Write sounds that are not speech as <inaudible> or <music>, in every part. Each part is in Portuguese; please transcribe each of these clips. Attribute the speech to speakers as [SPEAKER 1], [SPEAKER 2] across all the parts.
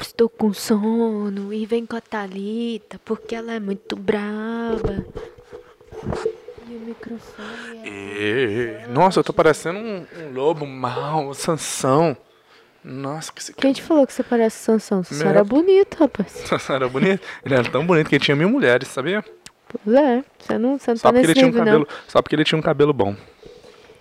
[SPEAKER 1] estou com sono e vem com a Thalita porque ela é muito brava. E o microfone é...
[SPEAKER 2] E... Nossa, eu tô parecendo um, um lobo mau, um Sansão. Nossa, que esse
[SPEAKER 1] Quem te falou que você parece Sansão? Você só
[SPEAKER 2] Meu-
[SPEAKER 1] era bonito, rapaz.
[SPEAKER 2] cara era bonito. Ele era tão bonito que ele tinha mil mulheres, sabia?
[SPEAKER 1] Pois é, você não, você não
[SPEAKER 2] Só
[SPEAKER 1] tá
[SPEAKER 2] porque
[SPEAKER 1] nesse
[SPEAKER 2] ele tinha um
[SPEAKER 1] nível,
[SPEAKER 2] cabelo, só porque ele tinha um cabelo bom.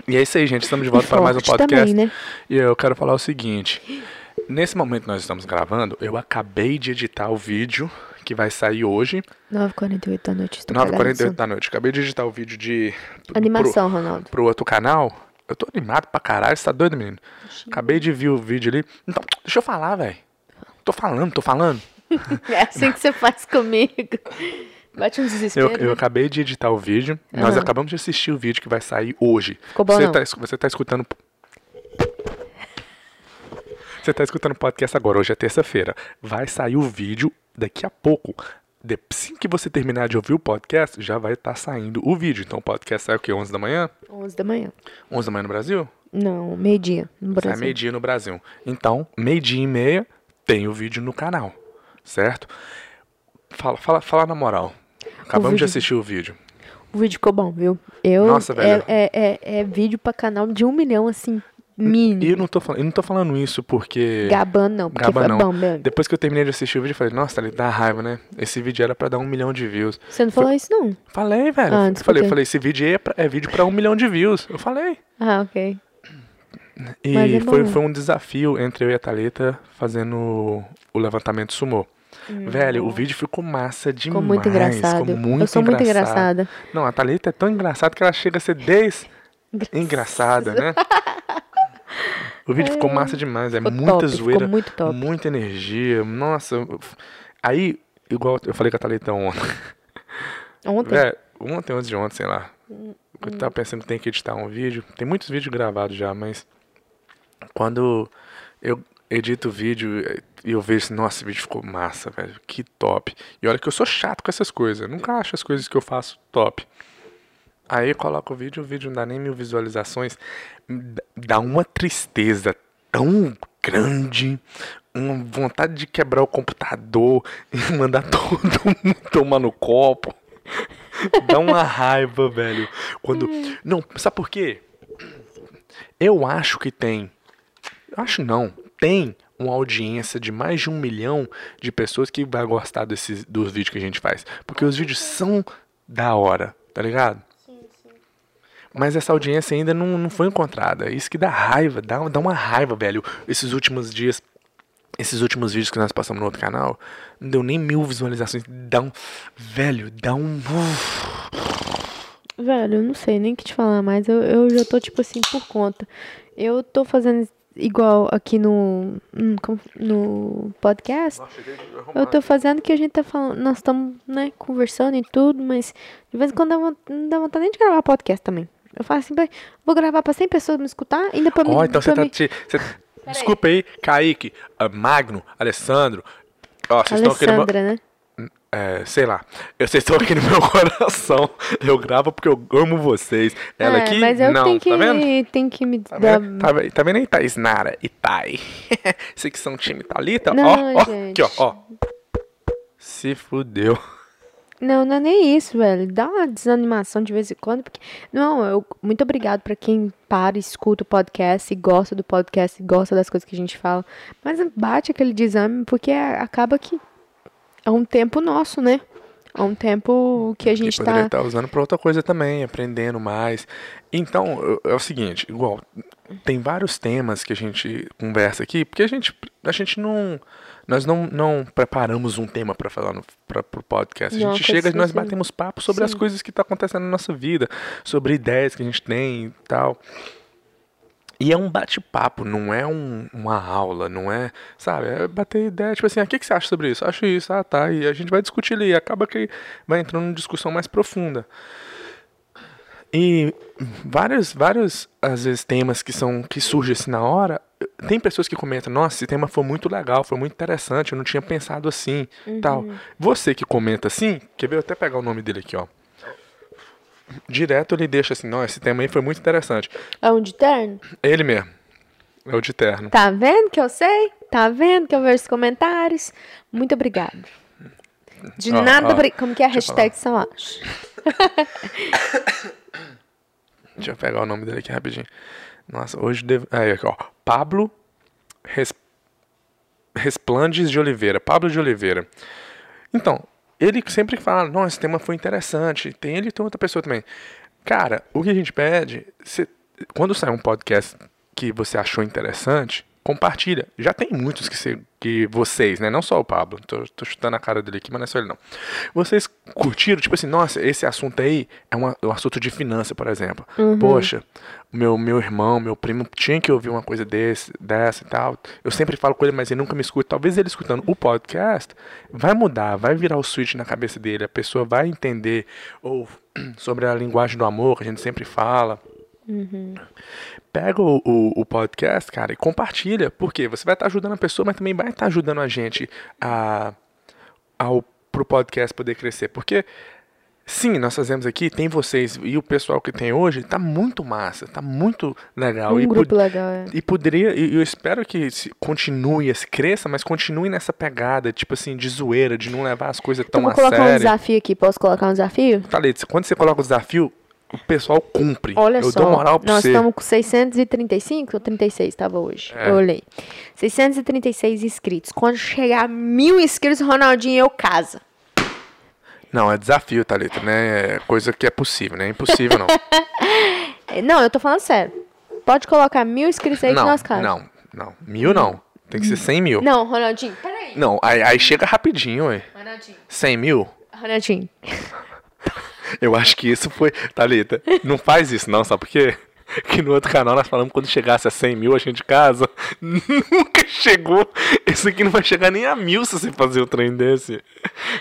[SPEAKER 2] E é isso aí, gente. Estamos de volta
[SPEAKER 1] E
[SPEAKER 2] para mais um
[SPEAKER 1] forte
[SPEAKER 2] podcast.
[SPEAKER 1] também, né?
[SPEAKER 2] E eu quero falar o seguinte. Nesse momento que nós estamos gravando, eu acabei de editar o vídeo que vai sair hoje,
[SPEAKER 1] não. 9h48 da noite, estou
[SPEAKER 2] 9h48
[SPEAKER 1] 9h48
[SPEAKER 2] da noite. Acabei de editar o vídeo de. tá pro-
[SPEAKER 1] Animação,
[SPEAKER 2] <laughs>
[SPEAKER 1] Ronaldo.
[SPEAKER 2] pro outro canal. Eu tô animado pra caralho, você tá doido, menino? Acabei de ver o vídeo ali. Então, deixa eu falar, velho. Tô falando, tô falando.
[SPEAKER 1] É assim que você faz comigo. Bate um
[SPEAKER 2] Eu,
[SPEAKER 1] desespero.
[SPEAKER 2] eu
[SPEAKER 1] né?
[SPEAKER 2] acabei de editar o vídeo. Nós
[SPEAKER 1] Aham.
[SPEAKER 2] acabamos de assistir o vídeo que vai sair hoje.
[SPEAKER 1] Ficou bom,
[SPEAKER 2] você,
[SPEAKER 1] não?
[SPEAKER 2] Tá, escu- você tá escutando. Você tá escutando o podcast agora, hoje é terça-feira. Vai sair o vídeo daqui a pouco. De- Assim que você terminar de ouvir o podcast, já vai estar saindo o vídeo. Então o podcast sai o quê? 11 da manhã?
[SPEAKER 1] 11 da manhã.
[SPEAKER 2] 11 da manhã no Brasil?
[SPEAKER 1] Não, meio-dia. No
[SPEAKER 2] Sai
[SPEAKER 1] Brasil.
[SPEAKER 2] Tá meio-dia É no Brasil. Então, meio-dia e meia tem o vídeo no canal, certo? Fala, fala, fala na moral. Acabamos de
[SPEAKER 1] vídeo-
[SPEAKER 2] assistir o vídeo.
[SPEAKER 1] O vídeo ficou bom, viu? Eu,
[SPEAKER 2] Nossa,
[SPEAKER 1] é-
[SPEAKER 2] velho.
[SPEAKER 1] É, é, é vídeo pra canal de um milhão, assim, mini.
[SPEAKER 2] E eu não tô falando, eu não tô falando isso porque
[SPEAKER 1] Gabando não, porque
[SPEAKER 2] Gaba
[SPEAKER 1] foi
[SPEAKER 2] não.
[SPEAKER 1] bom né? mesmo.
[SPEAKER 2] depois que eu terminei de assistir o vídeo, eu falei, nossa, ele dá raiva, né? Esse vídeo era pra dar um milhão de views.
[SPEAKER 1] Você não falou isso, não?
[SPEAKER 2] Falei, velho.
[SPEAKER 1] Ah,
[SPEAKER 2] Eu
[SPEAKER 1] desculpa.
[SPEAKER 2] falei, eu falei, esse vídeo aí é, pra- é vídeo pra um milhão de views. Eu falei.
[SPEAKER 1] Ah, ok.
[SPEAKER 2] E
[SPEAKER 1] Mas é
[SPEAKER 2] foi,
[SPEAKER 1] bom.
[SPEAKER 2] foi um desafio entre eu e a Thalita fazendo o levantamento sumô. Velho, o vídeo ficou massa demais.
[SPEAKER 1] Hum. Ficou muito engraçado.
[SPEAKER 2] ficou muito
[SPEAKER 1] eu sou muito
[SPEAKER 2] engraçado.
[SPEAKER 1] engraçada.
[SPEAKER 2] Não, a Thalita é tão engraçada que ela chega a ser des...
[SPEAKER 1] <laughs>
[SPEAKER 2] engraçada, né? O vídeo ficou massa demais, é
[SPEAKER 1] Ficou
[SPEAKER 2] muita
[SPEAKER 1] top, ficou
[SPEAKER 2] zoeira,
[SPEAKER 1] muito top.
[SPEAKER 2] muita energia, nossa. eu- Aí, igual eu falei com a Thalita ontem,
[SPEAKER 1] Ontem?
[SPEAKER 2] Véi, É, ontem, antes de ontem, sei lá, eu tava pensando que tem que editar um vídeo, tem muitos vídeos gravados já, mas quando eu edito o vídeo eh, e eu vejo, assim, nossa, esse vídeo ficou massa, velho, que top. E olha que eu sou chato com essas coisas, eu nunca acho as coisas que eu faço top. Aí eu coloco o vídeo, o vídeo não dá nem mil visualizações. D- Dá uma tristeza tão grande, uma vontade de quebrar o computador <laughs> e mandar todo mundo tomar no copo. <laughs> Dá uma raiva, velho. Quando. Não, sabe por quê? Eu acho que tem. eu Acho não. Tem uma audiência de mais de um milhão de pessoas que vai gostar desses, dos vídeos que a gente faz. Porque os vídeos são da hora, tá ligado? Mas essa audiência ainda não, não foi encontrada. Isso que dá raiva, dá, dá uma raiva, velho. Esses últimos dias, esses últimos vídeos que nós passamos no outro canal, não deu nem mil visualizações. Dá um. Velho, dá um. É.
[SPEAKER 1] Velho, eu não sei nem o que te falar mais. Eu, eu já tô, tipo assim, por conta. Eu tô fazendo igual aqui no, hum, como- no podcast. Eu tô fazendo o que a gente tá falando. Nós estamos, né, conversando e tudo, mas de vez em quando dá von- não dá vontade nem de gravar podcast também. Eu falo assim, "Bem, vou gravar pra 100 pessoas me escutar, ainda pra mim.
[SPEAKER 2] Ó, então você
[SPEAKER 1] pra
[SPEAKER 2] tá.
[SPEAKER 1] mim-
[SPEAKER 2] Te, você- Desculpa aí, Kaique, ah, Magno, Alessandro. Ó, vocês estão aqui no meu.
[SPEAKER 1] Alessandra, né?
[SPEAKER 2] É, sei lá. Eu- Vocês estão aqui no meu <laughs> coração. Eu gravo porque eu amo vocês. Ela
[SPEAKER 1] é,
[SPEAKER 2] aqui.
[SPEAKER 1] Mas eu
[SPEAKER 2] não,
[SPEAKER 1] tenho que,
[SPEAKER 2] tá vendo?
[SPEAKER 1] tenho que me
[SPEAKER 2] Tá
[SPEAKER 1] dar.
[SPEAKER 2] vendo? Tá, ve- tá vendo aí, Thaís Nara e Thay? <laughs> Vocês que são time Thalita?
[SPEAKER 1] Não,
[SPEAKER 2] ó, ó,
[SPEAKER 1] gente.
[SPEAKER 2] aqui, ó, ó. Se fudeu.
[SPEAKER 1] Não, não é nem isso, velho. Dá uma desanimação de vez em quando, porque. Não, eu. Muito obrigado pra quem para, e escuta o podcast e gosta do podcast, e gosta das coisas que a gente fala. Mas bate aquele desânimo, porque é- acaba que é um tempo nosso, né? É um tempo que a gente
[SPEAKER 2] e poderia
[SPEAKER 1] tá.
[SPEAKER 2] estar usando pra outra coisa também, aprendendo mais. Então, eu- é o seguinte, igual, tem vários temas que a gente conversa aqui, porque a gente, a gente não. Nós não, não preparamos um tema pra falar no, pra, pro podcast. A
[SPEAKER 1] Não,
[SPEAKER 2] gente
[SPEAKER 1] coisa
[SPEAKER 2] chega e nós
[SPEAKER 1] específica.
[SPEAKER 2] batemos papo sobre as
[SPEAKER 1] Sim.
[SPEAKER 2] coisas que tá acontecendo na nossa vida, sobre ideias que a gente tem e tal. E é um bate-papo, não é um- uma aula, não é, sabe, é bater ideia, tipo assim, ah, o que, que você acha sobre isso? Acho isso, ah, tá, e a gente vai discutir ali, e acaba que vai entrando em discussão mais profunda. E vários, vários, às vezes, temas que são, que surgem assim na hora, tem pessoas que comentam, nossa, esse tema foi muito legal, foi muito interessante, eu não tinha pensado assim, tal. Você que comenta assim, quer ver, eu até pegar o nome dele aqui, ó. Direto ele deixa assim, não, esse tema aí foi muito interessante.
[SPEAKER 1] É um de terno?
[SPEAKER 2] Ele mesmo. É o de terno.
[SPEAKER 1] Tá vendo que eu sei? Tá vendo que eu vejo os comentários? Muito obrigado. De
[SPEAKER 2] Ó,
[SPEAKER 1] nada,
[SPEAKER 2] ó,
[SPEAKER 1] obri- como que é a
[SPEAKER 2] deixa eu
[SPEAKER 1] hashtag São Acho?
[SPEAKER 2] Deixa eu pegar o nome dele aqui rapidinho. Nossa, hoje deve... Aí, aqui, ó. Pablo Res... Resplandes de Oliveira. Pablo de Oliveira. Então, ele sempre fala, nossa, esse tema foi interessante. Tem ele e tem outra pessoa também. Cara, o que a gente pede, cê- quando sair um podcast que você achou interessante, compartilha. Já tem muitos que, cê- que vocês, né? Não só o Pablo. Tô, tô chutando a cara dele aqui, mas não é só ele, não. Vocês curtiram, tipo assim, nossa, esse assunto aí é uma- um assunto de finança, por exemplo. Poxa, meu, meu irmão, meu primo tinha que ouvir uma coisa desse, dessa e tal. Eu sempre falo com ele, mas ele nunca me escuta. Talvez ele escutando o podcast vai mudar, vai virar o switch na cabeça dele. A pessoa vai entender ou <clears throat> sobre a linguagem do amor que a gente sempre fala. Pega o, o- o podcast, cara, e compartilha. Porque você vai estar ajudando a pessoa, mas também vai estar ajudando a gente a ao pro podcast poder crescer, porque sim, nós fazemos aqui, tem vocês e o pessoal que tem hoje, tá muito massa, tá muito legal e
[SPEAKER 1] Um grupo
[SPEAKER 2] pod-
[SPEAKER 1] legal, é.
[SPEAKER 2] e poderia, e eu espero que se- continue, se cresça, mas continue nessa pegada, tipo assim, de zoeira, de não levar as coisas
[SPEAKER 1] Então
[SPEAKER 2] tão
[SPEAKER 1] vou
[SPEAKER 2] a
[SPEAKER 1] colocar um
[SPEAKER 2] sério.
[SPEAKER 1] desafio aqui. Posso colocar um desafio?
[SPEAKER 2] Thalita, quando você coloca o desafio, o pessoal cumpre.
[SPEAKER 1] Olha
[SPEAKER 2] eu
[SPEAKER 1] só,
[SPEAKER 2] dou moral pra
[SPEAKER 1] nós
[SPEAKER 2] você.
[SPEAKER 1] estamos com 635 ou 36, tava hoje.
[SPEAKER 2] É.
[SPEAKER 1] Eu olhei. 636 inscritos. Quando chegar a mil inscritos, Ronaldinho, eu casa.
[SPEAKER 2] Não, é desafio, Thalita, né? É coisa que é possível, né? É impossível, não.
[SPEAKER 1] É, Não, eu tô falando sério. Pode colocar mil inscritos aí que
[SPEAKER 2] não,
[SPEAKER 1] nós casa.
[SPEAKER 2] não, não. Mil não. Tem que ser cem mil.
[SPEAKER 1] Não, Ronaldinho, peraí.
[SPEAKER 2] Não, aí, aí chega rapidinho, ué.
[SPEAKER 1] Ronaldinho.
[SPEAKER 2] 100 mil?
[SPEAKER 1] Ronaldinho.
[SPEAKER 2] Eu acho que isso foi. Thalita, não faz isso não, sabe por quê? Que no outro canal nós falamos que quando chegasse a 100 mil a gente casa. <laughs> Nunca chegou. Esse aqui não vai chegar nem a mil se você fazer o trem desse.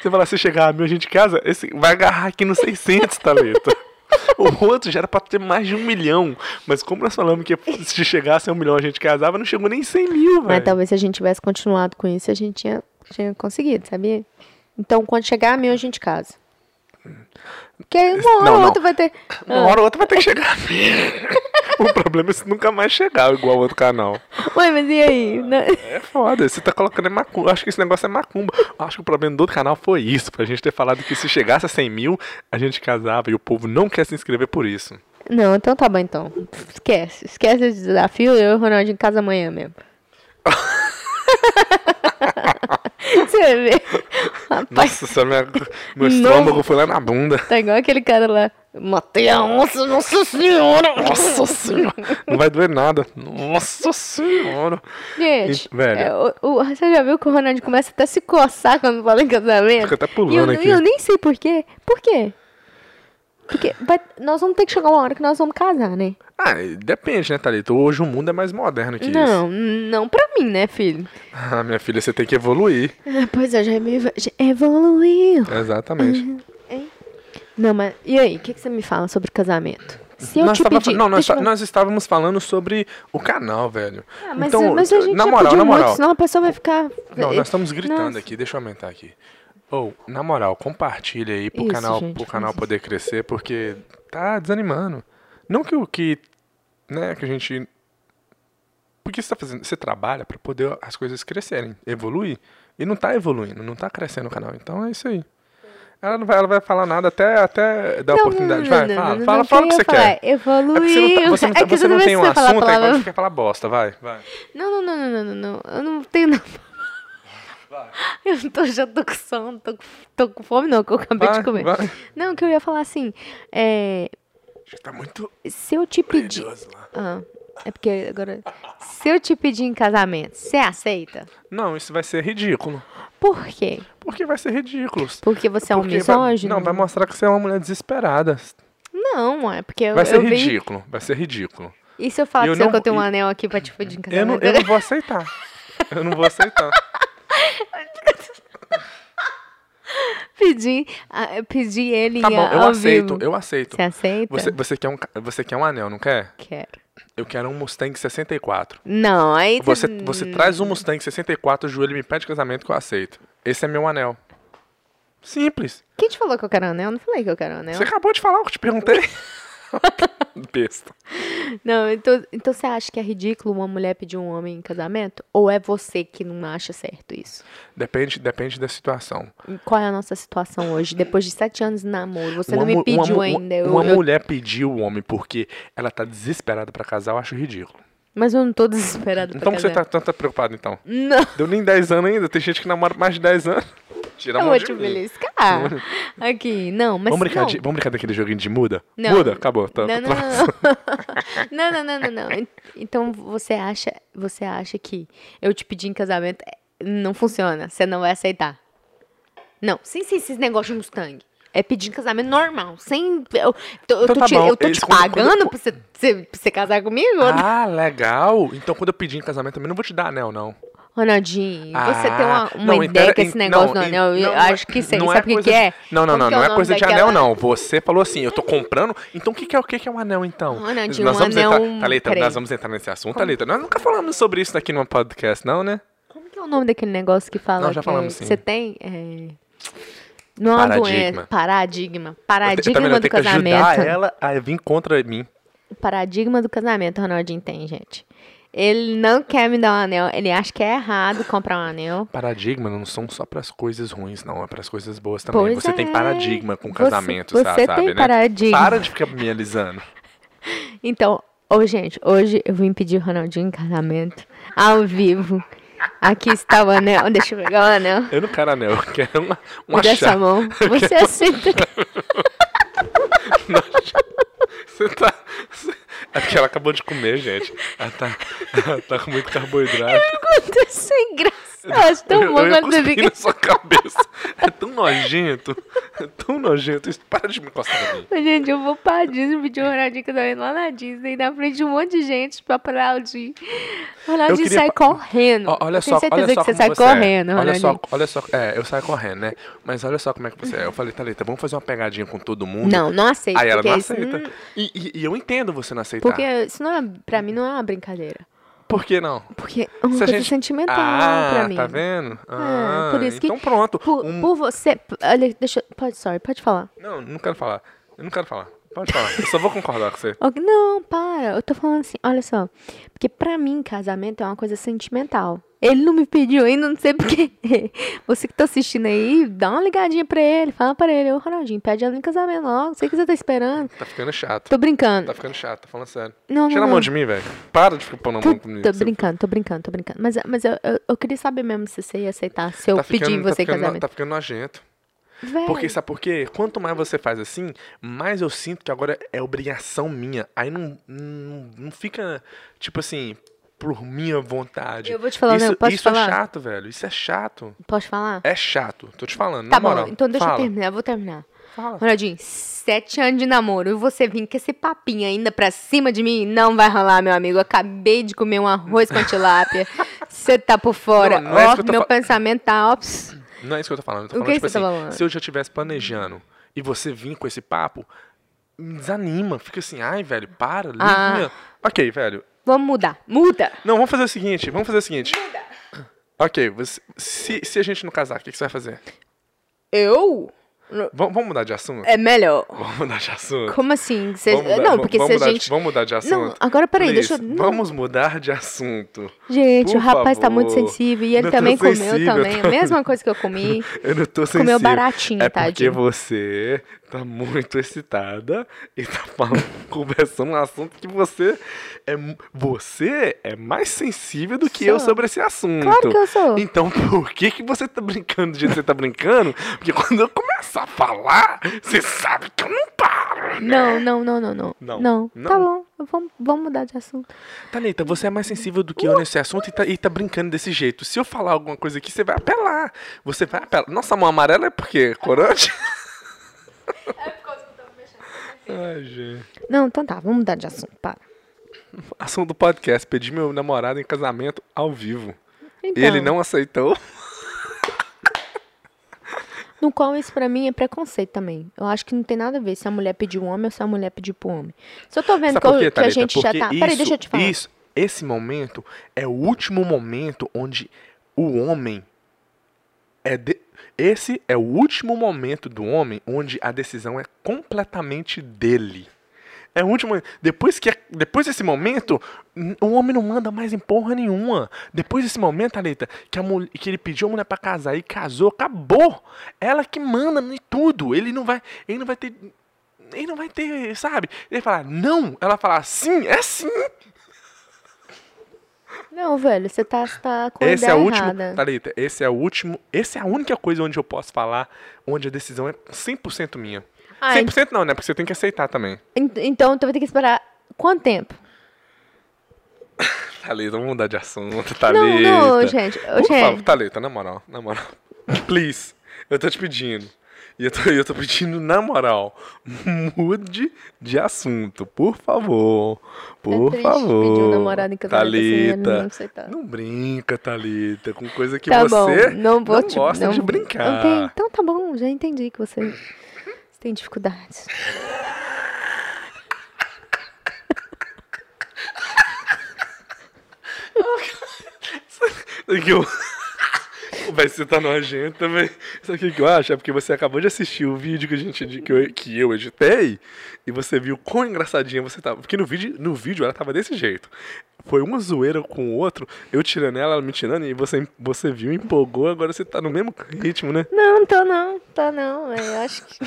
[SPEAKER 2] Você falar, se chegar a mil a gente casa, esse vai agarrar aqui nos 600, Thalita. O outro já era pra ter mais de um milhão. Mas como nós falamos que se chegasse a um milhão a gente casava, não chegou nem 100 mil,
[SPEAKER 1] Mas tá-
[SPEAKER 2] velho.
[SPEAKER 1] talvez se a gente tivesse continuado com isso, a gente tinha, tinha conseguido, sabia? Então, quando chegar a mil, a gente casa. Porque aí uma hora
[SPEAKER 2] Hum. Não,
[SPEAKER 1] ou
[SPEAKER 2] não.
[SPEAKER 1] outra vai ter.
[SPEAKER 2] Uma hora ou outra vai ter que chegar a mil. <laughs> O problema é se nunca mais chegar igual o outro canal.
[SPEAKER 1] Ué, mas e aí? Não-
[SPEAKER 2] É foda, você tá colocando é macumba. Acho que esse negócio é macumba. Acho que o problema do outro canal foi isso, pra gente ter falado que se chegasse a 100 mil, a gente casava e o povo não quer se inscrever por isso.
[SPEAKER 1] Não, então tá bom então. Esquece. Esquece esse desafio. Eu e o Ronaldinho em casa amanhã
[SPEAKER 2] <laughs>
[SPEAKER 1] mesmo. Você vê. Rapaz,
[SPEAKER 2] Nossa, só minha,
[SPEAKER 1] Não.
[SPEAKER 2] meu estômago foi lá na bunda.
[SPEAKER 1] tá igual aquele cara lá. Matei a onça, nossa senhora!
[SPEAKER 2] Nossa senhora, não vai doer nada. Nossa senhora.
[SPEAKER 1] Gente,
[SPEAKER 2] E- velho.
[SPEAKER 1] é, o- o- você já viu que o Ronaldinho começa até a se coçar quando fala em casamento?
[SPEAKER 2] Fica até
[SPEAKER 1] e eu,
[SPEAKER 2] pulando
[SPEAKER 1] e
[SPEAKER 2] aqui.
[SPEAKER 1] eu nem sei por quê. Por quê? Porque vai- nós vamos ter que chegar uma hora que nós vamos casar, né?
[SPEAKER 2] Ah, depende, né, Thalita? Hoje o mundo é mais moderno que isso.
[SPEAKER 1] não, não pra mim, né, filho?
[SPEAKER 2] Ah, minha filha, você tem que evoluir.
[SPEAKER 1] Ah, Pois é, já me já evoluiu. Uhum.
[SPEAKER 2] Exatamente.
[SPEAKER 1] Não, mas e aí? O que, que você me fala sobre casamento? Se eu
[SPEAKER 2] nós,
[SPEAKER 1] te
[SPEAKER 2] tava-
[SPEAKER 1] pedir...
[SPEAKER 2] não, nós,
[SPEAKER 1] deixa eu
[SPEAKER 2] tá-
[SPEAKER 1] falar.
[SPEAKER 2] nós estávamos falando sobre o canal, velho.
[SPEAKER 1] Ah, mas,
[SPEAKER 2] então,
[SPEAKER 1] mas a gente um
[SPEAKER 2] na
[SPEAKER 1] já
[SPEAKER 2] moral,
[SPEAKER 1] pediu
[SPEAKER 2] na
[SPEAKER 1] muito,
[SPEAKER 2] moral.
[SPEAKER 1] senão a pessoa vai ficar...
[SPEAKER 2] Não,
[SPEAKER 1] eh,
[SPEAKER 2] nós estamos gritando
[SPEAKER 1] nossa.
[SPEAKER 2] aqui, deixa eu aumentar aqui. Ou, na moral, compartilha aí pro
[SPEAKER 1] Isso,
[SPEAKER 2] canal,
[SPEAKER 1] gente,
[SPEAKER 2] pro
[SPEAKER 1] faz
[SPEAKER 2] canal
[SPEAKER 1] isso.
[SPEAKER 2] poder crescer, porque tá desanimando. Não que o que, né, que a gente porque você tá fazendo, você trabalha pra poder as coisas crescerem, evoluir, e não tá evoluindo, não tá crescendo o canal. Então é isso aí. Ela não vai, ela vai falar nada até até dar
[SPEAKER 1] Não,
[SPEAKER 2] oportunidade.
[SPEAKER 1] não,
[SPEAKER 2] Vai,
[SPEAKER 1] não,
[SPEAKER 2] fala,
[SPEAKER 1] não,
[SPEAKER 2] fala,
[SPEAKER 1] não,
[SPEAKER 2] fala o que
[SPEAKER 1] eu
[SPEAKER 2] você
[SPEAKER 1] ia falar,
[SPEAKER 2] quer. É porque você não, tá-
[SPEAKER 1] Evoluiu.
[SPEAKER 2] você não, tá-
[SPEAKER 1] É que
[SPEAKER 2] você
[SPEAKER 1] toda
[SPEAKER 2] não
[SPEAKER 1] vez
[SPEAKER 2] tem um
[SPEAKER 1] que você fala a
[SPEAKER 2] assunto, aí
[SPEAKER 1] palavra-
[SPEAKER 2] você quer falar bosta, vai, vai.
[SPEAKER 1] Não, não, não, não, não, não, não. Eu não tenho não.
[SPEAKER 2] Vai.
[SPEAKER 1] <laughs> Eu tô, já tô com sono, tô, com- tô com fome, não, que eu acabei
[SPEAKER 2] Vai,
[SPEAKER 1] de comer.
[SPEAKER 2] vai.
[SPEAKER 1] Não, que eu ia falar assim. é,
[SPEAKER 2] Acho que tá muito
[SPEAKER 1] se eu te pedir.
[SPEAKER 2] perigoso lá.
[SPEAKER 1] Ah, é porque agora. Se eu te pedir em casamento, você aceita?
[SPEAKER 2] Não, isso vai ser ridículo.
[SPEAKER 1] Por quê?
[SPEAKER 2] Porque vai ser ridículo.
[SPEAKER 1] Porque você é um
[SPEAKER 2] Porque
[SPEAKER 1] misógino?
[SPEAKER 2] Vai, não, vai mostrar que você é uma mulher desesperada.
[SPEAKER 1] Não, é porque eu,
[SPEAKER 2] Vai ser
[SPEAKER 1] eu vi.
[SPEAKER 2] ridículo. Vai ser ridículo.
[SPEAKER 1] E se eu falar
[SPEAKER 2] Eu
[SPEAKER 1] pra você
[SPEAKER 2] não-
[SPEAKER 1] que eu tenho um
[SPEAKER 2] e-
[SPEAKER 1] anel aqui pra te pedir em
[SPEAKER 2] Eu não,
[SPEAKER 1] casamento?
[SPEAKER 2] eu não vou aceitar. Eu não
[SPEAKER 1] <laughs>
[SPEAKER 2] vou aceitar. Tá
[SPEAKER 1] <laughs> pedi, ah, eu pedi ele
[SPEAKER 2] Tá bom,
[SPEAKER 1] ao
[SPEAKER 2] eu aceito,
[SPEAKER 1] vivo.
[SPEAKER 2] eu aceito.
[SPEAKER 1] Você aceita?
[SPEAKER 2] Você, você, quer um, ca- você quer um anel, não quer?
[SPEAKER 1] Quero.
[SPEAKER 2] Eu quero um Mustang 64.
[SPEAKER 1] Não, aí
[SPEAKER 2] Você, você
[SPEAKER 1] hum.
[SPEAKER 2] traz um Mustang 64, o joelho e me pede casamento que eu aceito. Esse é meu anel. Simples.
[SPEAKER 1] Quem te falou que eu quero anel? Eu não falei que eu quero anel.
[SPEAKER 2] Você acabou de falar o que eu te perguntei. <laughs> Besta.
[SPEAKER 1] Não, então, então você acha que é ridículo uma mulher pedir um homem em casamento? Ou é você que não acha certo isso?
[SPEAKER 2] Depende, depende da situação.
[SPEAKER 1] E Qual é a nossa situação hoje? Depois de sete anos de namoro, você não
[SPEAKER 2] Uma
[SPEAKER 1] me
[SPEAKER 2] mu- uma
[SPEAKER 1] pediu
[SPEAKER 2] mu-
[SPEAKER 1] ainda. eu-
[SPEAKER 2] Uma
[SPEAKER 1] eu-
[SPEAKER 2] mulher pedir o homem porque ela tá desesperada pra casar, eu acho ridículo.
[SPEAKER 1] mas eu não tô desesperada pra
[SPEAKER 2] Então você
[SPEAKER 1] casar.
[SPEAKER 2] tá tanto preocupado, então?
[SPEAKER 1] Não,
[SPEAKER 2] Deu nem 10 anos ainda, tem gente que namora mais de 10
[SPEAKER 1] <laughs>
[SPEAKER 2] anos. Tira a
[SPEAKER 1] eu
[SPEAKER 2] mão
[SPEAKER 1] vou
[SPEAKER 2] de
[SPEAKER 1] te
[SPEAKER 2] mim.
[SPEAKER 1] beliscar. Aqui, não, mas
[SPEAKER 2] Vamos brincar,
[SPEAKER 1] não.
[SPEAKER 2] de- vamos brincar daquele joguinho de muda?
[SPEAKER 1] Não.
[SPEAKER 2] Muda, acabou. Tá,
[SPEAKER 1] Não,
[SPEAKER 2] tá-
[SPEAKER 1] não,
[SPEAKER 2] tá-
[SPEAKER 1] <laughs> não, não. não, não, não, não, não. En- Então você acha, você acha que eu te pedi em casamento é, não funciona, você não vai aceitar. Não, sim, sim, esses negócios de Mustang. É pedir em casamento normal, sem. Eu, tô- eu
[SPEAKER 2] Então
[SPEAKER 1] tô
[SPEAKER 2] tá
[SPEAKER 1] te,
[SPEAKER 2] bom,
[SPEAKER 1] eu tô
[SPEAKER 2] eles-
[SPEAKER 1] te
[SPEAKER 2] quando- quando-
[SPEAKER 1] pagando pra, você, você- pra você casar comigo?
[SPEAKER 2] Ah, legal. Então quando eu pedir em casamento também não vou te dar anel, não.
[SPEAKER 1] Ronaldinho, você
[SPEAKER 2] Ah,
[SPEAKER 1] tem uma, uma
[SPEAKER 2] não,
[SPEAKER 1] ideia
[SPEAKER 2] então
[SPEAKER 1] com
[SPEAKER 2] era-
[SPEAKER 1] esse negócio
[SPEAKER 2] não,
[SPEAKER 1] do anel? Eu
[SPEAKER 2] não, é
[SPEAKER 1] acho que sei.
[SPEAKER 2] não
[SPEAKER 1] Sabe o que,
[SPEAKER 2] coisa
[SPEAKER 1] que é?
[SPEAKER 2] de- Não, não,
[SPEAKER 1] Como
[SPEAKER 2] não.
[SPEAKER 1] que
[SPEAKER 2] Não
[SPEAKER 1] o
[SPEAKER 2] é
[SPEAKER 1] nome
[SPEAKER 2] coisa de
[SPEAKER 1] daquela-
[SPEAKER 2] anel, não. Você falou assim, eu tô comprando, então o que, que, é, o que, que é um anel, então?
[SPEAKER 1] Um anel de
[SPEAKER 2] nós
[SPEAKER 1] um
[SPEAKER 2] vamos
[SPEAKER 1] anel-
[SPEAKER 2] entrar, Thalita,
[SPEAKER 1] peraí.
[SPEAKER 2] nós vamos entrar nesse assunto, Thalita. Nós nunca falamos sobre isso aqui no podcast, não, né?
[SPEAKER 1] Como que é o nome daquele negócio que fala
[SPEAKER 2] Não, já
[SPEAKER 1] que
[SPEAKER 2] falamos, sim.
[SPEAKER 1] você tem? É... Não é uma
[SPEAKER 2] Paradigma.
[SPEAKER 1] doença. Paradigma.
[SPEAKER 2] Eu te- eu também
[SPEAKER 1] Paradigma
[SPEAKER 2] não
[SPEAKER 1] do
[SPEAKER 2] tenho que ajudar é.
[SPEAKER 1] casamento.
[SPEAKER 2] ela a vir contra mim.
[SPEAKER 1] Paradigma do casamento, o Ronaldinho tem, gente. Ele não quer me dar um anel. Ele acha que é errado comprar um anel.
[SPEAKER 2] Paradigma não são só pras coisas ruins, não. É pras coisas boas também.
[SPEAKER 1] Pois
[SPEAKER 2] você tem
[SPEAKER 1] é.
[SPEAKER 2] paradigma com
[SPEAKER 1] Você-
[SPEAKER 2] casamento,
[SPEAKER 1] você
[SPEAKER 2] sa-
[SPEAKER 1] tem
[SPEAKER 2] sabe, né?
[SPEAKER 1] paradigma.
[SPEAKER 2] Para de ficar me alisando.
[SPEAKER 1] Então, ô, gente, hoje eu vim pedir o Ronaldinho em casamento. Ao vivo. Aqui está o anel. Deixa eu pegar o anel.
[SPEAKER 2] Eu não quero anel, eu quero uma, um
[SPEAKER 1] Me
[SPEAKER 2] uma
[SPEAKER 1] dá
[SPEAKER 2] chave.
[SPEAKER 1] essa mão.
[SPEAKER 2] <laughs>
[SPEAKER 1] Você aceita.
[SPEAKER 2] Você tá. É porque ela acabou de comer, gente. Ela tá, ela tá com muito carboidrato.
[SPEAKER 1] Quanto isso é engraçado. Tão bom
[SPEAKER 2] eu ia
[SPEAKER 1] quando você
[SPEAKER 2] cuspir
[SPEAKER 1] fica.
[SPEAKER 2] na sua cabeça. É tão nojento. É tão nojento. Isso, para de me encostar em mim.
[SPEAKER 1] Ô, Gente, eu vou pra Disney pedir um Ronaldinho que eu tô indo lá na Disney, na frente de um monte de gente pra aplaudir. O
[SPEAKER 2] Eu
[SPEAKER 1] Ronaldinho
[SPEAKER 2] queria
[SPEAKER 1] sai
[SPEAKER 2] fa-
[SPEAKER 1] correndo.
[SPEAKER 2] Ó, olha
[SPEAKER 1] eu
[SPEAKER 2] só,
[SPEAKER 1] tenho certeza
[SPEAKER 2] olha só
[SPEAKER 1] que você
[SPEAKER 2] como
[SPEAKER 1] sai
[SPEAKER 2] é.
[SPEAKER 1] correndo,
[SPEAKER 2] Olha
[SPEAKER 1] Ronaldinho.
[SPEAKER 2] só, olha só, é, eu saio correndo, né? Mas olha só como é que você é. Eu falei, Thalita, vamos fazer uma pegadinha com todo mundo.
[SPEAKER 1] Não, não aceito.
[SPEAKER 2] Aí ela
[SPEAKER 1] porque
[SPEAKER 2] não
[SPEAKER 1] isso-
[SPEAKER 2] aceita.
[SPEAKER 1] hum,
[SPEAKER 2] E, e- e eu entendo você não aceitar.
[SPEAKER 1] Porque isso não é, pra mim não é uma brincadeira.
[SPEAKER 2] Por que não?
[SPEAKER 1] Porque é uma
[SPEAKER 2] Se a
[SPEAKER 1] coisa
[SPEAKER 2] gente-
[SPEAKER 1] sentimental
[SPEAKER 2] ah,
[SPEAKER 1] pra mim.
[SPEAKER 2] tá vendo?
[SPEAKER 1] Ah,
[SPEAKER 2] Ah,
[SPEAKER 1] por isso que-
[SPEAKER 2] então pronto.
[SPEAKER 1] Por,
[SPEAKER 2] Um-
[SPEAKER 1] por você. p- Olha, deixa. eu- Pode, sorry, pode falar.
[SPEAKER 2] Não, não quero falar. Eu não quero falar. Pode falar. Eu só vou concordar com você.
[SPEAKER 1] Ok, Não, para. Eu tô falando assim, olha só. Porque pra mim, casamento é uma coisa sentimental. Ele não me pediu ainda, não sei porquê. <laughs> Você que tá assistindo aí, dá uma ligadinha pra ele, fala pra ele, ô Ronaldinho, pede ela em casamento logo, sei que você tá esperando.
[SPEAKER 2] Tá ficando chato.
[SPEAKER 1] Tô brincando.
[SPEAKER 2] Tá ficando chato, tá falando sério.
[SPEAKER 1] Não,
[SPEAKER 2] Tira
[SPEAKER 1] não,
[SPEAKER 2] a mão
[SPEAKER 1] não.
[SPEAKER 2] de mim, velho. Para de ficar pondo a mão comigo.
[SPEAKER 1] Tô
[SPEAKER 2] Você
[SPEAKER 1] brincando, tô brincando, tô brincando. Mas, mas eu, eu, eu queria saber mesmo se você ia aceitar, se eu
[SPEAKER 2] tá
[SPEAKER 1] pedir
[SPEAKER 2] ficando, tá
[SPEAKER 1] você em
[SPEAKER 2] ficando no-
[SPEAKER 1] casamento.
[SPEAKER 2] Tá ficando nojento.
[SPEAKER 1] Véi,
[SPEAKER 2] Porque, sabe por quê? Quanto mais você faz assim, mais eu sinto que agora é obrigação minha. Aí não, não, não fica, tipo assim, por minha vontade.
[SPEAKER 1] Eu vou te falar,
[SPEAKER 2] isso,
[SPEAKER 1] não, posso te
[SPEAKER 2] isso
[SPEAKER 1] falar?
[SPEAKER 2] é chato, velho. Isso é chato.
[SPEAKER 1] posso falar?
[SPEAKER 2] É chato. Tô te falando,
[SPEAKER 1] tá
[SPEAKER 2] na moral.
[SPEAKER 1] bom, então deixa eu
[SPEAKER 2] Fala,
[SPEAKER 1] terminar, eu vou terminar.
[SPEAKER 2] Fala.
[SPEAKER 1] Ronaldinho, sete anos de namoro e você vir com esse papinho ainda pra cima de mim? Não vai rolar, meu amigo. Eu acabei de comer um arroz com
[SPEAKER 2] <laughs>
[SPEAKER 1] tilápia. Você tá por fora.
[SPEAKER 2] Não, não é isso
[SPEAKER 1] Ó,
[SPEAKER 2] que eu tô
[SPEAKER 1] meu
[SPEAKER 2] fa-
[SPEAKER 1] pensamento tá, ó. pss.
[SPEAKER 2] Não é isso que eu tô falando. Eu tô
[SPEAKER 1] O
[SPEAKER 2] falando,
[SPEAKER 1] que
[SPEAKER 2] tipo
[SPEAKER 1] você tá
[SPEAKER 2] assim,
[SPEAKER 1] falando?
[SPEAKER 2] se eu já estivesse planejando e você vir com esse papo, me desanima. Fica assim, ai, velho, para, liga.
[SPEAKER 1] Ah.
[SPEAKER 2] minha- Ok, velho.
[SPEAKER 1] Vamos mudar. Muda.
[SPEAKER 2] Não, vamos fazer o seguinte, vamos fazer o seguinte. Ok, você- se, se a gente não casar, o que, que você vai fazer?
[SPEAKER 1] Eu?
[SPEAKER 2] Vam- vamos mudar de assunto?
[SPEAKER 1] É melhor.
[SPEAKER 2] Vamos mudar de assunto.
[SPEAKER 1] Como assim? Cê-
[SPEAKER 2] Vamos mudar-
[SPEAKER 1] não,
[SPEAKER 2] vamos-
[SPEAKER 1] porque
[SPEAKER 2] vamos
[SPEAKER 1] se a
[SPEAKER 2] mudar de-
[SPEAKER 1] gente...
[SPEAKER 2] Vamos mudar de assunto.
[SPEAKER 1] Não, agora peraí, deixa eu...
[SPEAKER 2] Please,
[SPEAKER 1] não.
[SPEAKER 2] Vamos mudar de assunto.
[SPEAKER 1] Gente,
[SPEAKER 2] Por
[SPEAKER 1] o rapaz tá
[SPEAKER 2] favor.
[SPEAKER 1] muito sensível e ele
[SPEAKER 2] Não tô
[SPEAKER 1] também comeu
[SPEAKER 2] sensível,
[SPEAKER 1] também.
[SPEAKER 2] tá?
[SPEAKER 1] A mesma coisa que eu comi.
[SPEAKER 2] <laughs> Eu não tô sensível.
[SPEAKER 1] Comeu baratinho,
[SPEAKER 2] É porque
[SPEAKER 1] tadinho.
[SPEAKER 2] você tá muito excitada e tá <laughs> falando, conversando um assunto que você é, mu- você é mais sensível do que eu
[SPEAKER 1] Sou.
[SPEAKER 2] sobre esse assunto.
[SPEAKER 1] Claro que eu sou.
[SPEAKER 2] Então por que que você tá brincando do jeito que você tá brincando? Porque quando eu começar a falar, você sabe que eu não paro.
[SPEAKER 1] Não, não, não, não, não.
[SPEAKER 2] Não.
[SPEAKER 1] Não. Tá
[SPEAKER 2] Não.
[SPEAKER 1] bom. Vamos, vamos mudar de assunto.
[SPEAKER 2] Thalita, você é mais sensível do que eu nesse assunto e tá, e tá brincando desse jeito. Se eu falar alguma coisa aqui, você vai apelar. Você vai apelar. Nossa, a mão amarela é porque corante? Ai, gente.
[SPEAKER 1] Não, então tá, vamos mudar de assunto, para.
[SPEAKER 2] Assunto do podcast. Pedi meu namorado em casamento ao vivo.
[SPEAKER 1] Então,
[SPEAKER 2] Ele não aceitou.
[SPEAKER 1] No qual isso pra mim é preconceito também. Eu acho que não tem nada a ver se a mulher pedir um homem ou se a mulher pedir pro homem. Se eu tô vendo
[SPEAKER 2] Sabe
[SPEAKER 1] que, eu-
[SPEAKER 2] por quê,
[SPEAKER 1] que a
[SPEAKER 2] Thalita?
[SPEAKER 1] gente
[SPEAKER 2] porque
[SPEAKER 1] já tá.
[SPEAKER 2] Isso,
[SPEAKER 1] Peraí, deixa eu te falar.
[SPEAKER 2] Isso, esse momento é o último momento onde o homem é. de- Esse é o último momento do homem onde a decisão é completamente dele. É o último. Depois, que, é, depois desse momento, n- o homem não manda mais em porra nenhuma. Depois desse momento, Thalita, que, a mul- que ele pediu a mulher pra casar e casou, acabou. Ela que manda em tudo. Ele não vai. Ele não vai ter. Ele não vai ter, sabe? Ele falar, não. Ela falar, sim, é sim.
[SPEAKER 1] Não, velho, você tá, você tá com a
[SPEAKER 2] esse é
[SPEAKER 1] ideia
[SPEAKER 2] o último.
[SPEAKER 1] errada.
[SPEAKER 2] Thalita, esse é o último. Essa é a única coisa onde eu posso falar, onde a decisão é 100% minha.
[SPEAKER 1] Ah,
[SPEAKER 2] 100% não, né? Porque você tem que aceitar também.
[SPEAKER 1] ent- então tu vai ter que esperar quanto tempo?
[SPEAKER 2] Thalita, vamos mudar de assunto, Thalita.
[SPEAKER 1] Não, é- não, gente. Ô,
[SPEAKER 2] Por
[SPEAKER 1] gente,
[SPEAKER 2] favor, Thalita, na moral, na moral. <laughs> Please, eu tô te pedindo. E eu tô, eu tô pedindo, na moral, mude de assunto, por favor. Por
[SPEAKER 1] É triste
[SPEAKER 2] favor.
[SPEAKER 1] pedir um namorado em casamento assim, ele não
[SPEAKER 2] Thalita,
[SPEAKER 1] aceitar.
[SPEAKER 2] não brinca, Thalita, com coisa que
[SPEAKER 1] tá
[SPEAKER 2] você
[SPEAKER 1] bom, não, vou
[SPEAKER 2] não
[SPEAKER 1] te-
[SPEAKER 2] gosta
[SPEAKER 1] não-
[SPEAKER 2] de brincar.
[SPEAKER 1] não tem- então tá bom, já entendi que você, você tem dificuldades.
[SPEAKER 2] Sabe o <laughs> que eu... Vai você tá nojenta, velho. Sabe o que que eu acho? É porque você acabou de assistir o vídeo que, a gente, edi- que, eu, que eu editei e você viu quão engraçadinha você tava. Porque no vídeo, no vídeo ela tava desse jeito. Foi uma zoeira com o outro, eu tirando ela, ela me tirando, e você, você viu, empolgou, agora você tá no mesmo ritmo, né? <laughs>
[SPEAKER 1] Não, tô não, tô não. Eu acho que.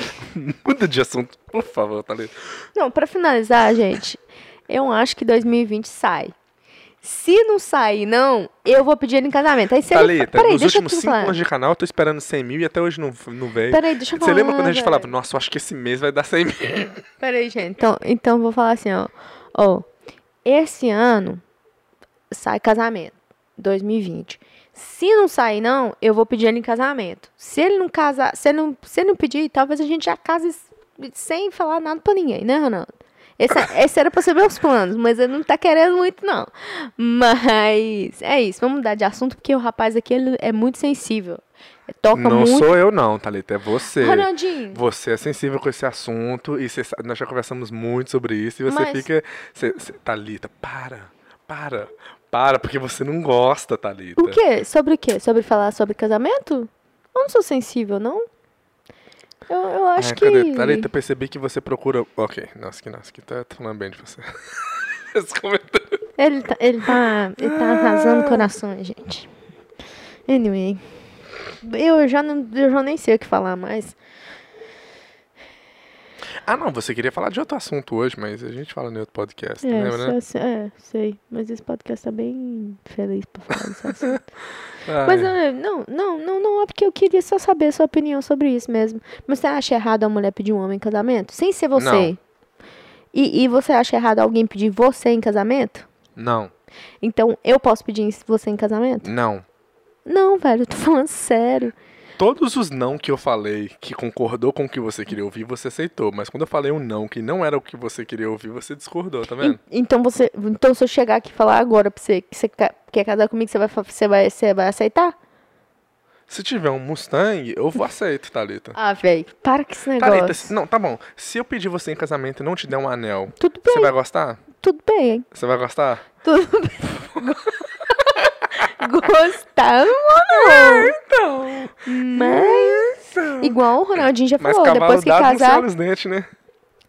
[SPEAKER 2] Muda de assunto, por favor, Thalita.
[SPEAKER 1] Não, pra finalizar, gente, eu acho que 2020 sai. Se não sair, não, eu vou pedir ele em casamento. Aí se ele.
[SPEAKER 2] Thalita,
[SPEAKER 1] Peraí,
[SPEAKER 2] nos
[SPEAKER 1] deixa eu
[SPEAKER 2] últimos
[SPEAKER 1] te
[SPEAKER 2] cinco
[SPEAKER 1] falar.
[SPEAKER 2] anos de canal, eu tô esperando 100 mil e até hoje não, não veio.
[SPEAKER 1] Peraí, deixa eu falar.
[SPEAKER 2] Você lembra quando a gente
[SPEAKER 1] velho.
[SPEAKER 2] falava, nossa, eu acho que esse mês vai dar 100 mil?
[SPEAKER 1] Peraí, gente. Então, então eu vou falar assim, ó. Ó, esse ano sai casamento, 2020. Se não sair, não, eu vou pedir ele em casamento. Se ele não casar, se ele não, se ele não pedir, talvez a gente já case s- sem falar nada pra ninguém, né, Ronaldo? Esse, <laughs> esse era pra ser meus planos, mas ele não tá querendo muito, não. Mas é isso, vamos mudar de assunto, porque o rapaz aqui ele é muito sensível. Toca
[SPEAKER 2] Não
[SPEAKER 1] muito.
[SPEAKER 2] sou eu não, Thalita, é você.
[SPEAKER 1] Ronaldinho,
[SPEAKER 2] Você é sensível com esse assunto e você sa- nós já conversamos muito sobre isso e você
[SPEAKER 1] Mas-
[SPEAKER 2] fica. Você, você- Thalita, para, para, para, porque você não gosta, Thalita.
[SPEAKER 1] O quê? Sobre o quê? Sobre falar sobre casamento? Eu não sou sensível, não. Eu, eu acho
[SPEAKER 2] Ai,
[SPEAKER 1] que.
[SPEAKER 2] Ah, cadê? tá- Thalita, percebi que você procura. Ok, nossa, que nossa, que tá falando bem de você. <laughs> Esse comentário.
[SPEAKER 1] Ele tá, ele tá, ele tá
[SPEAKER 2] Ah.
[SPEAKER 1] arrasando corações, gente. Anyway. Eu já, não, eu já nem sei o que falar mais.
[SPEAKER 2] Ah, não, você queria falar de outro assunto hoje, mas a gente fala em outro podcast,
[SPEAKER 1] É,
[SPEAKER 2] lembra, né?
[SPEAKER 1] só se- é, sei. Mas esse podcast tá bem feliz pra falar desse assunto.
[SPEAKER 2] Ah,
[SPEAKER 1] Mas
[SPEAKER 2] é.
[SPEAKER 1] é, não, não, não, não, é porque eu queria só saber a sua opinião sobre isso mesmo. Mas você acha errado a mulher pedir um homem em casamento? Sem ser você.
[SPEAKER 2] Não.
[SPEAKER 1] E, e você acha errado alguém pedir você em casamento?
[SPEAKER 2] Não,
[SPEAKER 1] Então eu posso pedir você em casamento?
[SPEAKER 2] não.
[SPEAKER 1] Não, velho, eu tô falando sério.
[SPEAKER 2] Todos os não que eu falei, que concordou com o que você queria ouvir, você aceitou. Mas quando eu falei um não que não era o que você queria ouvir, você discordou, tá vendo?
[SPEAKER 1] En- então você. Então se eu chegar aqui e falar agora pra você que você ca- quer casar comigo, você vai, fa- você vai, você vai aceitar?
[SPEAKER 2] Se tiver um Mustang, eu vou aceito, Thalita.
[SPEAKER 1] Ah, velho, para com esse negócio.
[SPEAKER 2] Thalita, se- não, tá bom. Se eu pedir você em casamento e não te der um anel,
[SPEAKER 1] Tudo bem,
[SPEAKER 2] você vai gostar?
[SPEAKER 1] tudo bem, hein?
[SPEAKER 2] Você vai gostar?
[SPEAKER 1] Tudo bem. <laughs> Gostamos ou não?
[SPEAKER 2] Então.
[SPEAKER 1] É, Mas. Igual o Ronaldinho já
[SPEAKER 2] Mas
[SPEAKER 1] falou,
[SPEAKER 2] cavalo
[SPEAKER 1] depois que
[SPEAKER 2] dado não se
[SPEAKER 1] casar.
[SPEAKER 2] olha os dentes, né?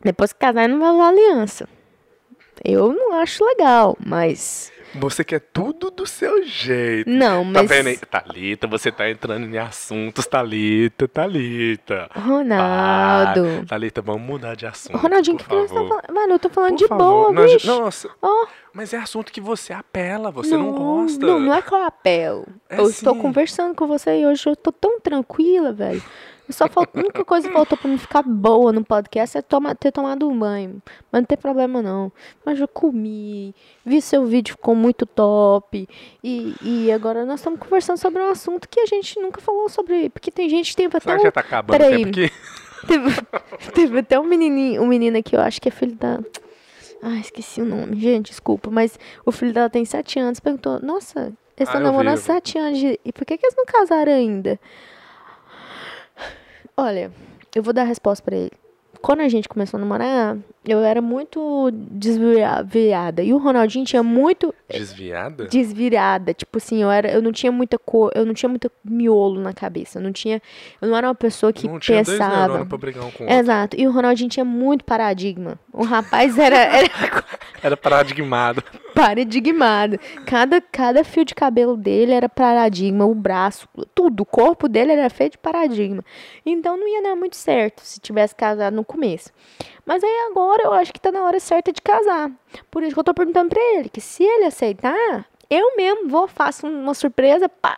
[SPEAKER 1] Depois que casar, não vai usar aliança. Eu não acho legal, mas.
[SPEAKER 2] Você quer tudo do seu jeito.
[SPEAKER 1] Não,
[SPEAKER 2] Tá
[SPEAKER 1] mas.
[SPEAKER 2] vendo aí? Thalita, você tá entrando em assuntos, Thalita, Thalita.
[SPEAKER 1] Ronaldo.
[SPEAKER 2] Para. Thalita, vamos mudar de assunto.
[SPEAKER 1] Ronaldinho, o
[SPEAKER 2] por
[SPEAKER 1] que que nós
[SPEAKER 2] favor.
[SPEAKER 1] estamos falando? Mano, eu tô falando
[SPEAKER 2] Por
[SPEAKER 1] de
[SPEAKER 2] favor.
[SPEAKER 1] boa,
[SPEAKER 2] Não,
[SPEAKER 1] bicho.
[SPEAKER 2] Nossa,
[SPEAKER 1] Ó,
[SPEAKER 2] mas é assunto que você apela, você não, gosta.
[SPEAKER 1] Não, não é com apel.
[SPEAKER 2] É
[SPEAKER 1] eu estou
[SPEAKER 2] sim.
[SPEAKER 1] conversando com você e hoje eu tô tão tranquila, velho. Só fal... A única coisa que faltou pra mim ficar boa no podcast é toma- ter tomado um banho. Mas não tem problema, não. Mas eu comi, vi seu vídeo, ficou muito top. E, e agora nós estamos conversando sobre um assunto que a gente nunca falou sobre. Porque tem gente que tem até
[SPEAKER 2] Será
[SPEAKER 1] um
[SPEAKER 2] que já tá acabando o
[SPEAKER 1] Peraí.
[SPEAKER 2] tempo aqui?
[SPEAKER 1] Teve, teve até um menininho, um menino aqui, eu acho que é filho da. Ah, esqueci o nome. Gente, desculpa, mas o filho dela tem sete anos. Perguntou: Nossa, eles
[SPEAKER 2] Ah,
[SPEAKER 1] estão
[SPEAKER 2] eu
[SPEAKER 1] namorando há
[SPEAKER 2] vi.
[SPEAKER 1] sete anos. de- E por que, que eles não casaram ainda? Olha, eu vou dar a resposta pra ele. quando a gente começou a namorar, eu era muito desviada. E o Ronaldinho tinha muito
[SPEAKER 2] Desviada?
[SPEAKER 1] desvirada. Tipo assim, eu era, eu não tinha muita cor, eu não tinha muito miolo na cabeça. Eu não tinha, eu não era uma pessoa que É.
[SPEAKER 2] Não tinha dois
[SPEAKER 1] pensava.
[SPEAKER 2] neurônios pra brigar um com o outro.
[SPEAKER 1] Exato. E o Ronaldinho tinha muito paradigma. O rapaz era, era
[SPEAKER 2] Era paradigmado.
[SPEAKER 1] paradigmado. Cada, cada fio de cabelo dele era paradigma, o braço, tudo. O corpo dele era feito de paradigma. Então não ia dar muito certo se tivesse casado no começo. Mas aí agora eu acho que tá na hora certa de casar. Por isso que eu tô perguntando pra ele, que se ele aceitar, eu mesmo vou, faço uma surpresa, pá,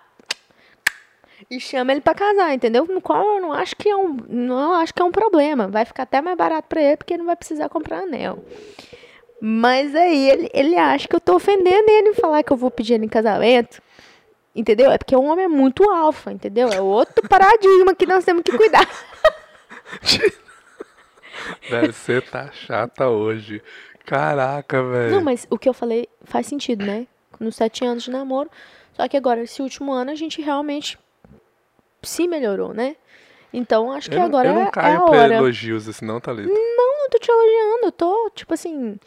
[SPEAKER 1] e chama ele pra casar, entendeu? No qual eu não acho que é um, não acho que é um problema. Vai ficar até mais barato pra ele, porque ele não vai precisar comprar anel. Mas aí ele, ele acha que eu tô ofendendo ele em falar que eu vou pedir ele em casamento. Entendeu? É porque o homem é muito alfa, entendeu? É outro <laughs> paradigma que nós temos que cuidar.
[SPEAKER 2] Velho, você tá chata hoje. Caraca, velho.
[SPEAKER 1] Não, mas o que eu falei faz sentido, né? Nos sete anos de namoro. Só que agora, esse último ano, a gente realmente se melhorou, né? Então, acho que
[SPEAKER 2] eu, não-
[SPEAKER 1] agora
[SPEAKER 2] eu não
[SPEAKER 1] é- é
[SPEAKER 2] caio
[SPEAKER 1] a
[SPEAKER 2] pra
[SPEAKER 1] hora.
[SPEAKER 2] elogios assim, não, Thalita.
[SPEAKER 1] Não, eu tô te elogiando, eu tô, tipo assim,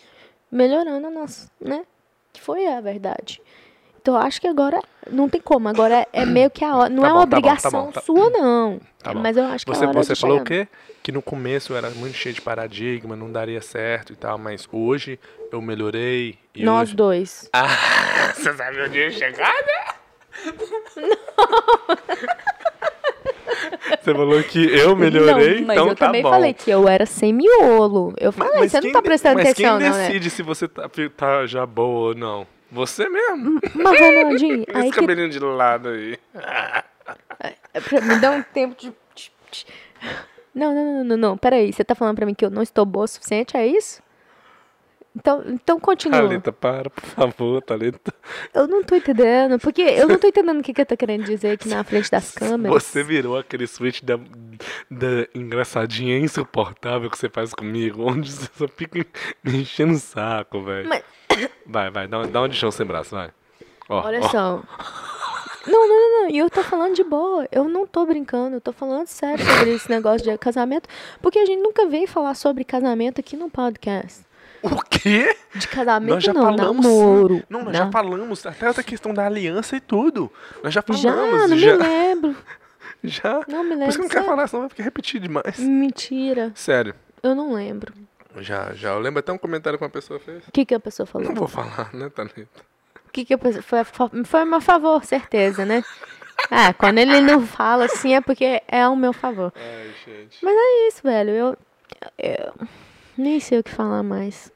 [SPEAKER 1] melhorando a nossa, né? Que foi a verdade. Então eu acho que agora não tem como, agora é meio que a hora. Não
[SPEAKER 2] Tá
[SPEAKER 1] é
[SPEAKER 2] bom,
[SPEAKER 1] uma
[SPEAKER 2] tá bom, tá
[SPEAKER 1] obrigação
[SPEAKER 2] bom, tá-
[SPEAKER 1] sua, não.
[SPEAKER 2] Tá bom.
[SPEAKER 1] Mas eu acho que é
[SPEAKER 2] Você,
[SPEAKER 1] a hora
[SPEAKER 2] você
[SPEAKER 1] de
[SPEAKER 2] falou o
[SPEAKER 1] chegar.
[SPEAKER 2] quê? Que no começo eu era muito cheio de paradigma, não daria certo e tal, mas hoje eu melhorei. E
[SPEAKER 1] Nós
[SPEAKER 2] hoje...
[SPEAKER 1] dois.
[SPEAKER 2] Ah, você sabe onde eu ia chegar, né? Não. Você falou que eu melhorei,
[SPEAKER 1] não, mas
[SPEAKER 2] então
[SPEAKER 1] eu
[SPEAKER 2] tá
[SPEAKER 1] também
[SPEAKER 2] bom.
[SPEAKER 1] falei que eu era sem miolo. Eu falei, você não
[SPEAKER 2] quem
[SPEAKER 1] tá
[SPEAKER 2] de-
[SPEAKER 1] prestando
[SPEAKER 2] mas
[SPEAKER 1] atenção,
[SPEAKER 2] quem
[SPEAKER 1] não, né?
[SPEAKER 2] decide se você tá, tá já boa ou não? Você mesmo.
[SPEAKER 1] Mas,
[SPEAKER 2] <laughs>
[SPEAKER 1] Ronaldinho,
[SPEAKER 2] Esse
[SPEAKER 1] Hum, aí que
[SPEAKER 2] cabelinho de lado aí.
[SPEAKER 1] É pra- Me dá um tempo de. de- de- Não, não, não, não, não. Peraí, você tá falando pra mim que eu não estou boa o suficiente, é isso? Então, então continua.
[SPEAKER 2] Thalita, para, por favor, Thalita.
[SPEAKER 1] Eu não tô entendendo, porque eu não tô entendendo o que, que eu tô querendo dizer aqui na frente das câmeras.
[SPEAKER 2] Você virou aquele switch da, da engraçadinha insuportável que você faz comigo, onde você só fica me enchendo o saco, velho.
[SPEAKER 1] Mas-
[SPEAKER 2] Vai, vai, dá, um- dá um de chão sem braço, vai. Ó,
[SPEAKER 1] Olha
[SPEAKER 2] ó.
[SPEAKER 1] só. Não, não, não, não. E eu tô falando de boa. Eu não tô brincando. Eu tô falando sério sobre esse negócio de casamento. Porque a gente nunca veio falar sobre casamento aqui no podcast.
[SPEAKER 2] O quê?
[SPEAKER 1] De casamento
[SPEAKER 2] Nós já
[SPEAKER 1] não,
[SPEAKER 2] falamos.
[SPEAKER 1] namoro.
[SPEAKER 2] Não, nós já falamos. Até essa questão da aliança e tudo. Nós já falamos.
[SPEAKER 1] Já, não
[SPEAKER 2] já,
[SPEAKER 1] me lembro.
[SPEAKER 2] <laughs> já.
[SPEAKER 1] Não me lembro. é
[SPEAKER 2] Por isso que eu não quero falar, senão vai ficar repetido demais.
[SPEAKER 1] Mentira.
[SPEAKER 2] Sério.
[SPEAKER 1] Eu não lembro.
[SPEAKER 2] Já, já. Eu lembro até um comentário que uma pessoa fez.
[SPEAKER 1] O que, que a pessoa falou?
[SPEAKER 2] Não vou falar, né, Thalita?
[SPEAKER 1] O que, que a pessoa. Foi, foi, foi a meu favor, certeza, né? Ah, quando ele não fala assim é porque é ao meu favor.
[SPEAKER 2] Ai, gente.
[SPEAKER 1] Mas é isso, velho. Eu, eu nem sei o que falar mais.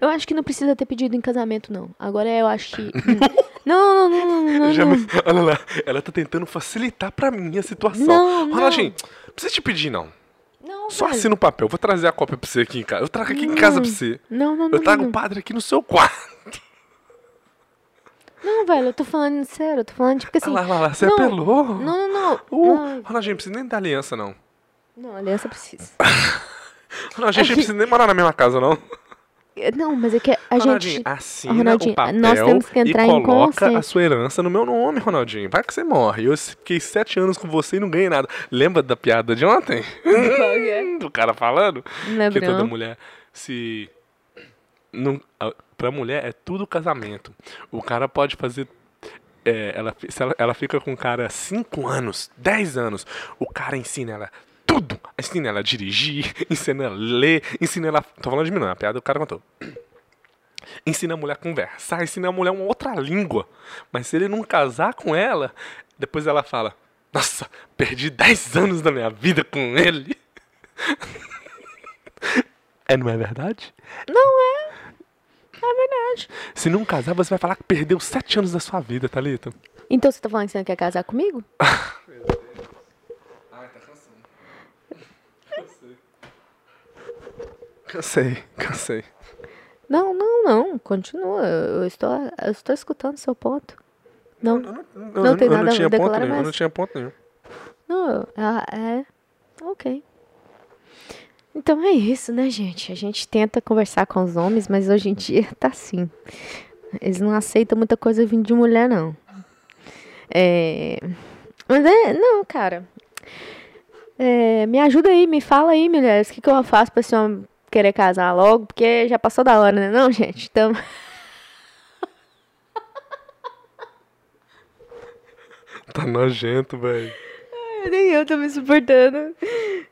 [SPEAKER 1] Eu acho que não precisa ter pedido em casamento, não. Agora eu acho
[SPEAKER 2] <laughs>
[SPEAKER 1] que. não, não, não, não, não, não.
[SPEAKER 2] Já me- Olha lá, ela tá tentando facilitar pra mim a situação.
[SPEAKER 1] Não, não.
[SPEAKER 2] Olha, gente, não precisa te pedir, não.
[SPEAKER 1] Não,
[SPEAKER 2] Só
[SPEAKER 1] velho.
[SPEAKER 2] assina o papel. Vou trazer a cópia pra você aqui em casa. Eu trago aqui em casa pra você.
[SPEAKER 1] Não, não, não.
[SPEAKER 2] Eu trago
[SPEAKER 1] não.
[SPEAKER 2] o padre aqui no seu quarto.
[SPEAKER 1] Não, velho, eu tô falando sério. Eu tô falando, tipo assim.
[SPEAKER 2] Olha Ah, lá, olha lá, você
[SPEAKER 1] não,
[SPEAKER 2] apelou.
[SPEAKER 1] Não, não, não.
[SPEAKER 2] Uh,
[SPEAKER 1] Não,
[SPEAKER 2] Olha, gente, não precisa nem dar aliança, não.
[SPEAKER 1] não, aliança precisa.
[SPEAKER 2] Ah. Olha, gente, não precisa nem morar na mesma casa, não.
[SPEAKER 1] Não, mas é que a
[SPEAKER 2] Ronaldinho,
[SPEAKER 1] gente.
[SPEAKER 2] assina
[SPEAKER 1] Ronaldinho,
[SPEAKER 2] o papel
[SPEAKER 1] nós temos que entrar
[SPEAKER 2] e
[SPEAKER 1] em
[SPEAKER 2] coloca a
[SPEAKER 1] consenso.
[SPEAKER 2] sua herança no meu nome, Ronaldinho. Vai que você morre. Eu fiquei sete anos com você e não ganhei nada. Lembra da piada de ontem?
[SPEAKER 1] <laughs>
[SPEAKER 2] Do cara falando que
[SPEAKER 1] Lembrou?
[SPEAKER 2] toda mulher se... Não, a- pra mulher é tudo casamento. O cara pode fazer... é, ela, fi- se ela, ela fica com o cara cinco anos, dez anos. O cara ensina ela tudo. Ensina ela a dirigir, <laughs> ensina ela a ler, ensina ela... Tô falando de mim, não. É a piada que o cara contou <clears throat> ensina a mulher a conversar, ensina a mulher uma outra língua. Mas se ele não casar com ela, depois ela fala: Nossa, perdi 10 anos da minha vida com ele. é, não é verdade?
[SPEAKER 1] É verdade.
[SPEAKER 2] Se não casar, você vai falar que perdeu 7 anos da sua vida, Thalita.
[SPEAKER 1] Então você tá falando que você não quer casar comigo?
[SPEAKER 2] Ai, tá cansando. Cansei. Cansei, cansei.
[SPEAKER 1] Não, não, não. Continua. Eu estou, eu estou escutando seu ponto. Não,
[SPEAKER 2] Eu não, eu
[SPEAKER 1] Não tem
[SPEAKER 2] eu
[SPEAKER 1] nada a
[SPEAKER 2] tinha ponto
[SPEAKER 1] declarar
[SPEAKER 2] nenhum, eu
[SPEAKER 1] mais.
[SPEAKER 2] não tinha ponto nenhum.
[SPEAKER 1] não. Ah, é. Ok. Então é isso, né, gente? A gente tenta conversar com os homens, mas hoje em dia tá assim. Eles não aceitam muita coisa vindo de mulher, não. É. Mas é. Não, cara. É, me ajuda aí, me fala aí, mulheres, o que, que eu faço pra esse homem querer casar logo? Porque já passou da hora, né? Não, gente, então...
[SPEAKER 2] Tá nojento, velho.
[SPEAKER 1] Ai, Nem eu tô me suportando.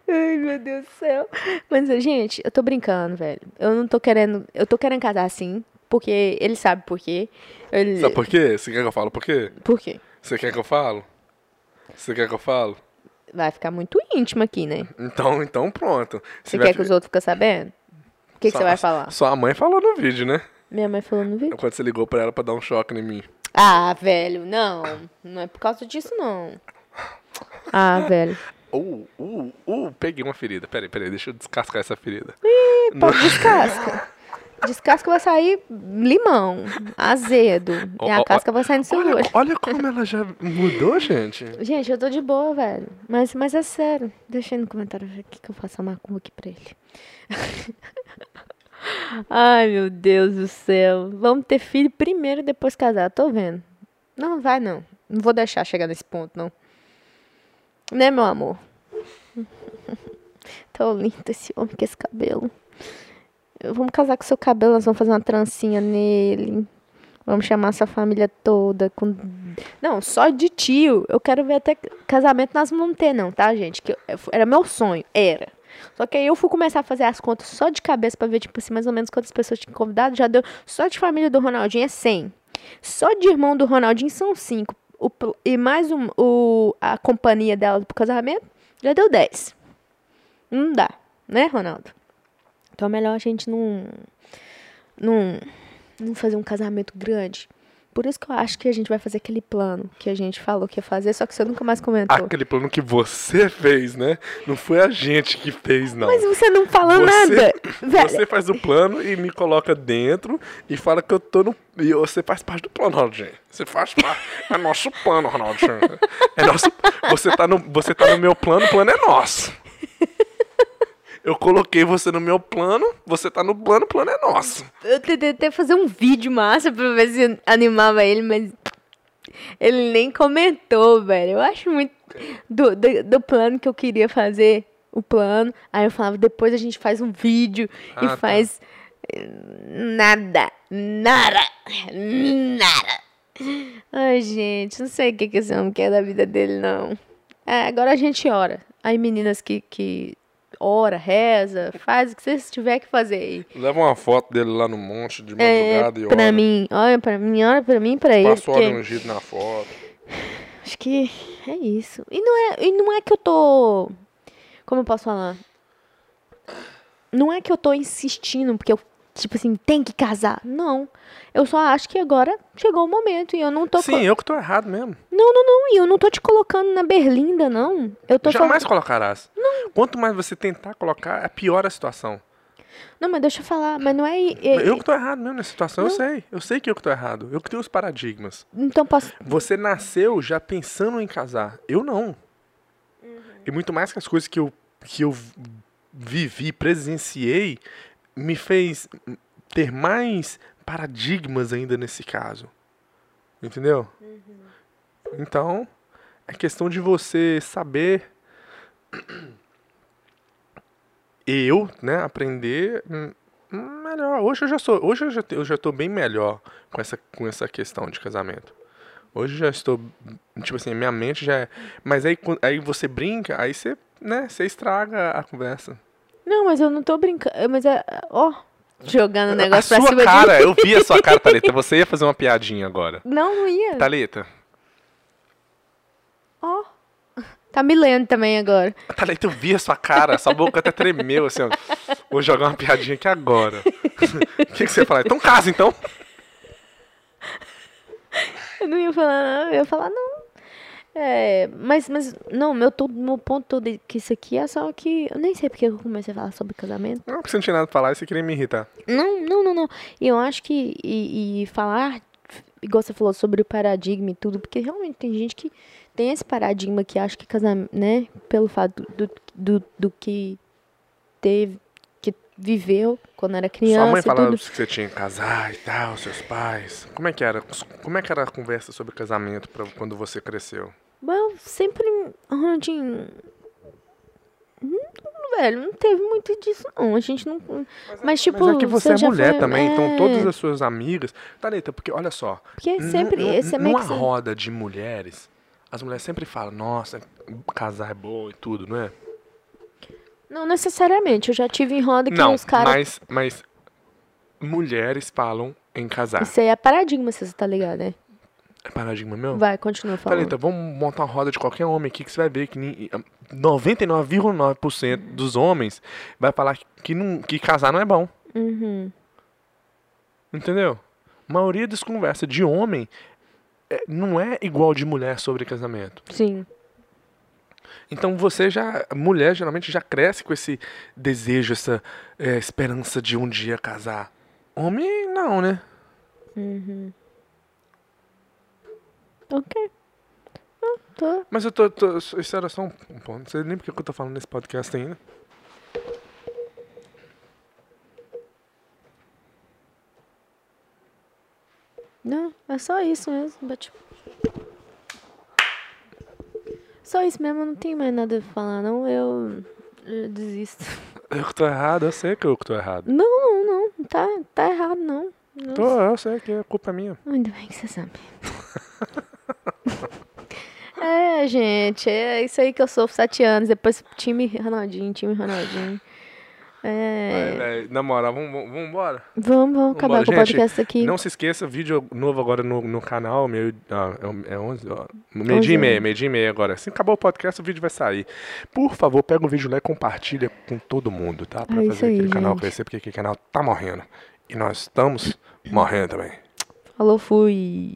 [SPEAKER 1] Ai, meu Deus do céu. Mas, gente, eu tô brincando, velho. Eu não tô querendo. Eu tô querendo casar sim, porque ele sabe por quê. Ele...
[SPEAKER 2] Sabe por quê? Você quer que eu falo por quê?
[SPEAKER 1] Por quê?
[SPEAKER 2] Você quer que eu falo? Você quer que eu falo?
[SPEAKER 1] Vai ficar muito íntimo aqui, né?
[SPEAKER 2] Então, então pronto.
[SPEAKER 1] Você quer que os outros fiquem sabendo? O que, que você vai falar?
[SPEAKER 2] Sua mãe falou no vídeo, né?
[SPEAKER 1] Minha mãe falou no vídeo.
[SPEAKER 2] Quando você ligou pra ela pra dar um choque em mim.
[SPEAKER 1] Ah, velho, não. Não é por causa disso, não. Ah, velho.
[SPEAKER 2] Uh, uh, uh, peguei uma ferida. Peraí, peraí, deixa eu descascar essa ferida.
[SPEAKER 1] Ih, pô, descasca. Descasca vai sair limão, azedo. e
[SPEAKER 2] Ó,
[SPEAKER 1] a
[SPEAKER 2] ó,
[SPEAKER 1] casca vai sair no seu
[SPEAKER 2] Olha,
[SPEAKER 1] olho.
[SPEAKER 2] olha como ela já mudou, gente.
[SPEAKER 1] Gente, eu tô de boa, velho. Mas, mas é sério. Deixa aí no comentário o que, que eu faço a macumba aqui pra ele. <laughs> Ai, meu Deus do céu. Vamos ter filho primeiro e depois casar. Tô vendo. Não, vai não. Não vou deixar chegar nesse ponto, não. Né, meu amor? <laughs> Tão lindo esse homem com esse cabelo. Eu- Vamos casar com seu cabelo, nós vamos fazer uma trancinha nele. Vamos chamar sua família toda. Com... Não, só de tio. Eu quero ver até casamento nós não vamos ter, não, tá, gente? Que eu- era meu sonho. Era. Só que aí eu fui começar a fazer as contas só de cabeça pra ver, tipo assim, mais ou menos quantas pessoas tinham convidado. Já deu. Só de família do Ronaldinho é 100. Só de irmão do Ronaldinho são 5. O pl- e mais um, o, a companhia dela pro casamento, já deu 10. Não dá, né, Ronaldo? Então é melhor a gente não. Não. Não fazer um casamento grande. Por isso que eu acho que a gente vai fazer aquele plano que a gente falou que ia fazer, só que você nunca mais comentou.
[SPEAKER 2] Aquele plano que você fez, né? Não foi a gente que fez, não.
[SPEAKER 1] Mas você não falou
[SPEAKER 2] Você-
[SPEAKER 1] nada. Velho,
[SPEAKER 2] <laughs> Você faz o plano e me coloca dentro e fala que eu tô no. E você faz parte do plano, Ronaldinho. Você faz parte. É nosso plano, Ronaldinho. É nosso. Você tá no, você tá no meu plano, o plano é nosso. Eu coloquei você no meu plano, você tá no plano, o plano é nosso.
[SPEAKER 1] eu tentei até fazer um vídeo massa pra ver se animava ele, mas ele nem comentou, velho. Eu acho muito. Do, do, do plano que eu queria fazer, o plano. Aí eu falava, depois a gente faz um vídeo
[SPEAKER 2] Ah, tá.
[SPEAKER 1] e faz. eh, Nada. Nada. Nada. Ai, gente, não sei o que, que esse homem quer da vida dele, não. É, agora a gente ora. Aí, meninas que, que ora, reza, faz o que vocês tiver que fazer aí.
[SPEAKER 2] Leva uma foto dele lá no monte de
[SPEAKER 1] É,
[SPEAKER 2] madrugada e
[SPEAKER 1] pra
[SPEAKER 2] olha. né?
[SPEAKER 1] mim, olha pra mim, olha pra mim, pra ele.
[SPEAKER 2] Passa o
[SPEAKER 1] Porque
[SPEAKER 2] óleo ungido na foto.
[SPEAKER 1] acho que é isso. E não é, e não é que eu tô. Como eu posso falar? Não é que eu tô insistindo, porque eu, tipo assim, tem que casar. Não. Eu só acho que agora chegou o momento e eu não tô. co-
[SPEAKER 2] Sim, eu que tô errado mesmo.
[SPEAKER 1] Não, não, não. E eu não tô te colocando na berlinda, não. Eu tô
[SPEAKER 2] Jamais
[SPEAKER 1] falando.
[SPEAKER 2] colocarás. Quanto mais você tentar colocar, é pior a situação.
[SPEAKER 1] Não, mas deixa eu falar. Mas não é. é-
[SPEAKER 2] Eu que tô errado mesmo nessa situação, eu sei. Eu sei que eu que tô errado. Eu que tenho os paradigmas.
[SPEAKER 1] Então posso.
[SPEAKER 2] Você nasceu já pensando em casar. Eu não. E muito mais que as coisas que eu, que eu vivi, presenciei, me fez ter mais paradigmas ainda nesse caso. Entendeu? Então, é questão de você saber. <clears throat> Eu, né, aprender hum, hum, melhor. Hoje eu já sou, hoje eu já, te- eu já tô bem melhor com essa, com essa questão de casamento. Hoje eu já estou, tipo assim, minha mente já é. Mas aí, quan- aí você brinca, aí você, né, você estraga a conversa.
[SPEAKER 1] Um Não, mas eu não tô brincando. Mas é. Ó. Jogando o
[SPEAKER 2] a
[SPEAKER 1] negócio pra
[SPEAKER 2] sua
[SPEAKER 1] cima
[SPEAKER 2] cara,
[SPEAKER 1] de.
[SPEAKER 2] eu vi a sua cara, Thalita. Você ia fazer uma piadinha agora.
[SPEAKER 1] Não, não ia.
[SPEAKER 2] Thalita,
[SPEAKER 1] Ó. Tá me lendo também agora.
[SPEAKER 2] Thalita, eu vi a sua cara, sua boca até tremeu, assim, ó. Vou jogar uma piadinha aqui agora. <laughs> O que, que você fala? Então casa, então.
[SPEAKER 1] Eu não ia falar, não. Eu ia falar, não. É, mas, mas, não, meu, todo, meu ponto todo é que isso aqui é só que. Eu nem sei porque eu comecei a falar sobre casamento.
[SPEAKER 2] Não, porque você não tinha nada pra falar e você queria me irritar.
[SPEAKER 1] Não, não, não, não. E eu acho que. E, e falar, igual você falou, sobre o paradigma e tudo, porque realmente tem gente que tem esse paradigma que acha que casamento, né? Pelo fato do, do, do, do que teve, que viveu quando era criança.
[SPEAKER 2] sua mãe
[SPEAKER 1] e
[SPEAKER 2] falava
[SPEAKER 1] tudo.
[SPEAKER 2] que você tinha que casar e tal, seus pais. Como é que era? Como é que era a conversa sobre casamento pra quando você cresceu?
[SPEAKER 1] Mas eu sempre. Ronaldinho. Hum, velho, não teve muito disso, não. A gente não. Mas, tipo.
[SPEAKER 2] Mas é que você, é
[SPEAKER 1] já
[SPEAKER 2] mulher
[SPEAKER 1] foi-
[SPEAKER 2] também, então
[SPEAKER 1] é,
[SPEAKER 2] todas as suas amigas. Tareta, porque olha só.
[SPEAKER 1] Porque
[SPEAKER 2] nu-
[SPEAKER 1] sempre.
[SPEAKER 2] nu-
[SPEAKER 1] esse é meio
[SPEAKER 2] numa
[SPEAKER 1] que. se-
[SPEAKER 2] roda de mulheres, as mulheres sempre falam, nossa, casar é bom e tudo, não é?
[SPEAKER 1] Não necessariamente. Eu já tive em roda que
[SPEAKER 2] não,
[SPEAKER 1] os caras.
[SPEAKER 2] mas, mas mulheres falam em casar.
[SPEAKER 1] Isso aí é paradigma, se você tá ligado, né?
[SPEAKER 2] É paradigma meu?
[SPEAKER 1] Vai, continua falando.
[SPEAKER 2] Talita, vamos montar uma roda de qualquer homem aqui que você vai ver que nem- eh, 99,9% dos homens vai falar que- que, não, que casar não é bom.
[SPEAKER 1] Uhum.
[SPEAKER 2] Entendeu? A maioria das conversas de homem é, não é igual de mulher sobre casamento.
[SPEAKER 1] Sim.
[SPEAKER 2] Então você já, mulher geralmente já cresce com esse desejo, essa é, esperança de um dia casar. Homem, não, né?
[SPEAKER 1] Ok. Ah, tô.
[SPEAKER 2] Mas eu tô, tô- Isso era só um ponto. Não sei nem porque que eu tô falando nesse podcast ainda.
[SPEAKER 1] Não, é só isso mesmo. Bate... Só isso mesmo, eu não tenho mais nada pra falar, não. Eu, eu desisto.
[SPEAKER 2] Eu que tô errado, eu sei que eu que tô errado.
[SPEAKER 1] Não, não, não. Tá, tá errado, não.
[SPEAKER 2] Tô, eu sei que a culpa é minha.
[SPEAKER 1] Ainda bem que você
[SPEAKER 2] <laughs>
[SPEAKER 1] sabe. é, gente, é isso aí que eu sofro sete anos. Depois time Ronaldinho, time Ronaldinho.
[SPEAKER 2] Vai,
[SPEAKER 1] É.
[SPEAKER 2] vai. Na moral, vamos, vamos vamos embora.
[SPEAKER 1] Vamos, vamos acabar
[SPEAKER 2] Vambora,
[SPEAKER 1] com o
[SPEAKER 2] gente.
[SPEAKER 1] podcast aqui.
[SPEAKER 2] Não se esqueça, vídeo novo agora no, no canal. Meio, ah, é, é 11, ó, meio
[SPEAKER 1] Onze
[SPEAKER 2] dia
[SPEAKER 1] e
[SPEAKER 2] e meia,
[SPEAKER 1] meia.
[SPEAKER 2] meio dia e meia agora. Assim que acabar o podcast, o vídeo vai sair. Por favor, pega o vídeo lá e compartilha com todo mundo, tá? Pra
[SPEAKER 1] É isso
[SPEAKER 2] fazer
[SPEAKER 1] aí,
[SPEAKER 2] aquele canal
[SPEAKER 1] gente.
[SPEAKER 2] crescer, porque aquele canal tá morrendo. E nós estamos morrendo também.
[SPEAKER 1] Falou, fui.